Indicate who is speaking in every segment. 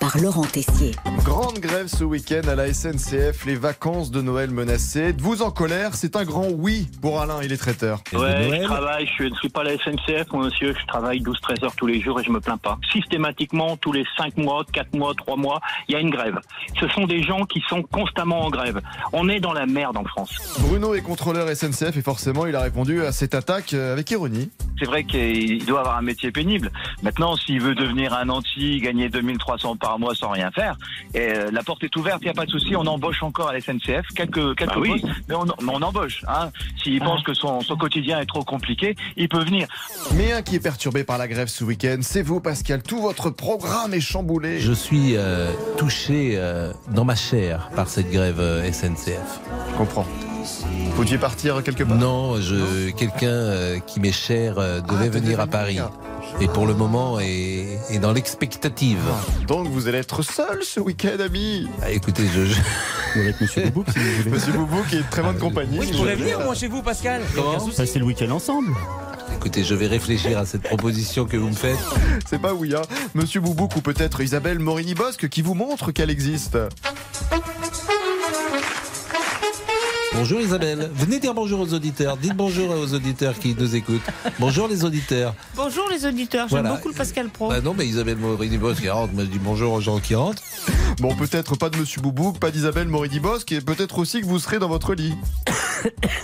Speaker 1: par Laurent Tessier.
Speaker 2: Grande grève ce week-end à la SNCF, les vacances de Noël menacées. Êtes-vous en colère C'est un grand oui pour Alain et les traiteurs.
Speaker 3: Ouais, je travaille, je ne suis pas à la SNCF, mon monsieur, je travaille 12-13 heures tous les jours et je me plains pas. Systématiquement, tous les 5 mois, 4 mois, 3 mois, il y a une grève. Ce sont des gens qui sont constamment en grève. On est dans la merde en France.
Speaker 2: Bruno est contrôleur SNCF et forcément, il a répondu à cette attaque euh, avec ironie.
Speaker 3: C'est vrai qu'il doit avoir un métier pénible. Maintenant, s'il veut devenir un anti, gagner 2300 par mois sans rien faire, et, euh, la porte est ouverte, il n'y a pas de souci, on embauche encore à la SNCF, quelques, quelques postes, mais on, mais on embauche. Hein. S'il pense que son, son quotidien est trop compliqué, il peut venir.
Speaker 2: Mais un qui est perturbé par la grève ce week-end, c'est vous, Pascal. Tout votre programme est chamboulé.
Speaker 4: Je suis euh, touché euh, dans ma chair par cette grève euh, SNCF.
Speaker 2: Je comprends. Vous deviez partir quelque part
Speaker 4: Non, je quelqu'un euh, qui m'est cher euh, devait
Speaker 2: Ah, devait
Speaker 4: venir à
Speaker 2: venir.
Speaker 4: Paris et pour le moment est, est dans l'expectative.
Speaker 2: Donc vous allez être seul ce week-end, ami.
Speaker 4: Ah, écoutez, je, je-
Speaker 2: Monsieur Boubou qui est de très bonne compagnie.
Speaker 5: Oui, je pourrais venir moi chez vous, Pascal.
Speaker 6: Passer le week-end ensemble.
Speaker 4: écoutez, je vais réfléchir à cette proposition que vous me faites.
Speaker 2: C'est pas oui, hein. Monsieur Boubouk ou peut-être Isabelle Morini-Bosque qui vous montre qu'elle existe.
Speaker 4: Bonjour Isabelle, venez dire bonjour aux auditeurs. Dites bonjour aux auditeurs qui nous écoutent. Bonjour les auditeurs.
Speaker 7: Bonjour les auditeurs, j'aime
Speaker 4: Voilà.
Speaker 7: beaucoup le Pascal Pro.
Speaker 4: Bah non, mais Isabelle Morini-Bos qui rentre, moi je dis bonjour aux gens qui rentrent.
Speaker 2: Bon, peut-être pas de Monsieur Boubouk, pas d'Isabelle Morini-Bosque et peut-être aussi que vous serez dans votre lit.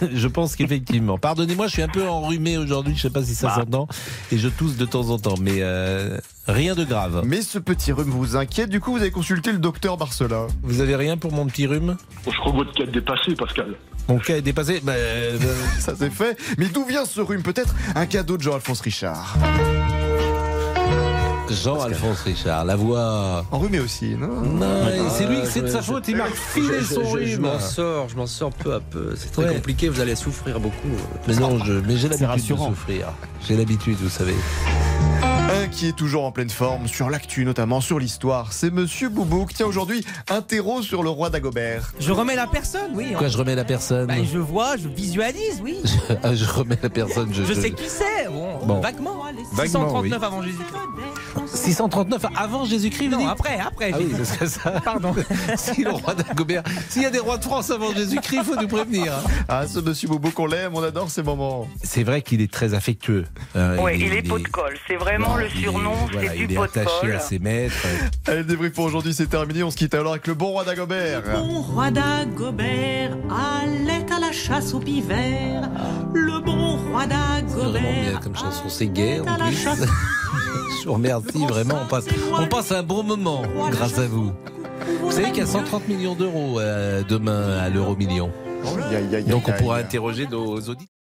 Speaker 4: Je pense qu'effectivement. Pardonnez-moi, je suis un peu enrhumé aujourd'hui, je sais pas si
Speaker 5: Bah.
Speaker 4: ça s'entend, et je tousse de temps en temps, mais euh, rien de grave.
Speaker 2: Mais ce petit rhume vous inquiète, du coup vous avez consulté le docteur Barcela.
Speaker 4: Vous avez rien pour mon petit rhume
Speaker 8: Je crois que votre cas est dépassé, Pascal.
Speaker 4: Mon cas est dépassé. Bah, euh,
Speaker 2: Ça c'est fait. Mais d'où vient ce rhume Peut-être un cadeau de Jean-Alphonse Richard.
Speaker 4: Jean-Alphonse Richard, la voix.
Speaker 2: Enrhumé aussi, non
Speaker 4: Non, c'est lui, c'est de sa
Speaker 5: je-
Speaker 4: faute, il m'a refilé son
Speaker 5: je
Speaker 4: rhume.
Speaker 5: m'en sors, je m'en sors peu à peu. C'est très
Speaker 4: Ouais.
Speaker 5: compliqué, vous allez souffrir beaucoup. euh,
Speaker 4: Mais non, je, mais j'ai l'habitude de
Speaker 6: rassurant.
Speaker 4: souffrir. J'ai l'habitude, vous savez.
Speaker 2: Un qui est toujours en pleine forme, sur l'actu notamment, sur l'histoire, c'est Monsieur Boubouk. Tiens, aujourd'hui, un terreau sur le roi d'Agobert.
Speaker 5: Je remets la personne, oui.
Speaker 4: Pourquoi je remets la personne
Speaker 5: Bah, je vois, je visualise, oui.
Speaker 4: Ah, je remets la personne. Je,
Speaker 5: Je
Speaker 4: je-
Speaker 5: sais qui c'est. Bon,
Speaker 4: Bon.
Speaker 5: vaguement, hein, allez.
Speaker 2: Vaguement,
Speaker 5: 639 avant Jésus-Christ.
Speaker 4: 639 avant Jésus-Christ, vous
Speaker 5: Non,
Speaker 4: dites
Speaker 5: après, après.
Speaker 4: Ah
Speaker 5: j'ai
Speaker 4: oui,
Speaker 5: dit.
Speaker 4: ce serait ça.
Speaker 5: Pardon.
Speaker 4: si le roi d'Agobert, s'il y a des rois de France avant Jésus-Christ, il faut nous prévenir. hein.
Speaker 2: Ah, ce Monsieur Boubouk, on l'aime, on adore ces moments.
Speaker 4: C'est vrai qu'il est très affectueux. hein,
Speaker 7: Oui, il est pot de colle. C'est vraiment
Speaker 4: Non,
Speaker 7: le
Speaker 4: il est-
Speaker 7: surnom,
Speaker 4: voilà,
Speaker 7: c'est
Speaker 4: il
Speaker 7: du
Speaker 4: est
Speaker 7: pot de
Speaker 4: attaché
Speaker 7: colle.
Speaker 4: à ses maîtres. euh,
Speaker 2: Allez, le débrief pour aujourd'hui, c'est terminé. On se quitte alors avec le bon roi d'Agobert.
Speaker 9: bon roi d'Agobert allait à la chasse au pivert. Le bon roi
Speaker 4: C'est vraiment bien
Speaker 9: d'Agobert.
Speaker 4: comme chanson, c'est guerre en
Speaker 9: allait à la
Speaker 4: plus.
Speaker 9: chasse
Speaker 4: Je vous remercie vraiment. On passe, on passe un bon moment grâce à vous. Vous savez qu'il y a 130 millions d'euros euh, demain à l'euro million.
Speaker 2: Aïe, aïe, aïe,
Speaker 4: Donc on
Speaker 2: aïe.
Speaker 4: pourra interroger nos auditeurs.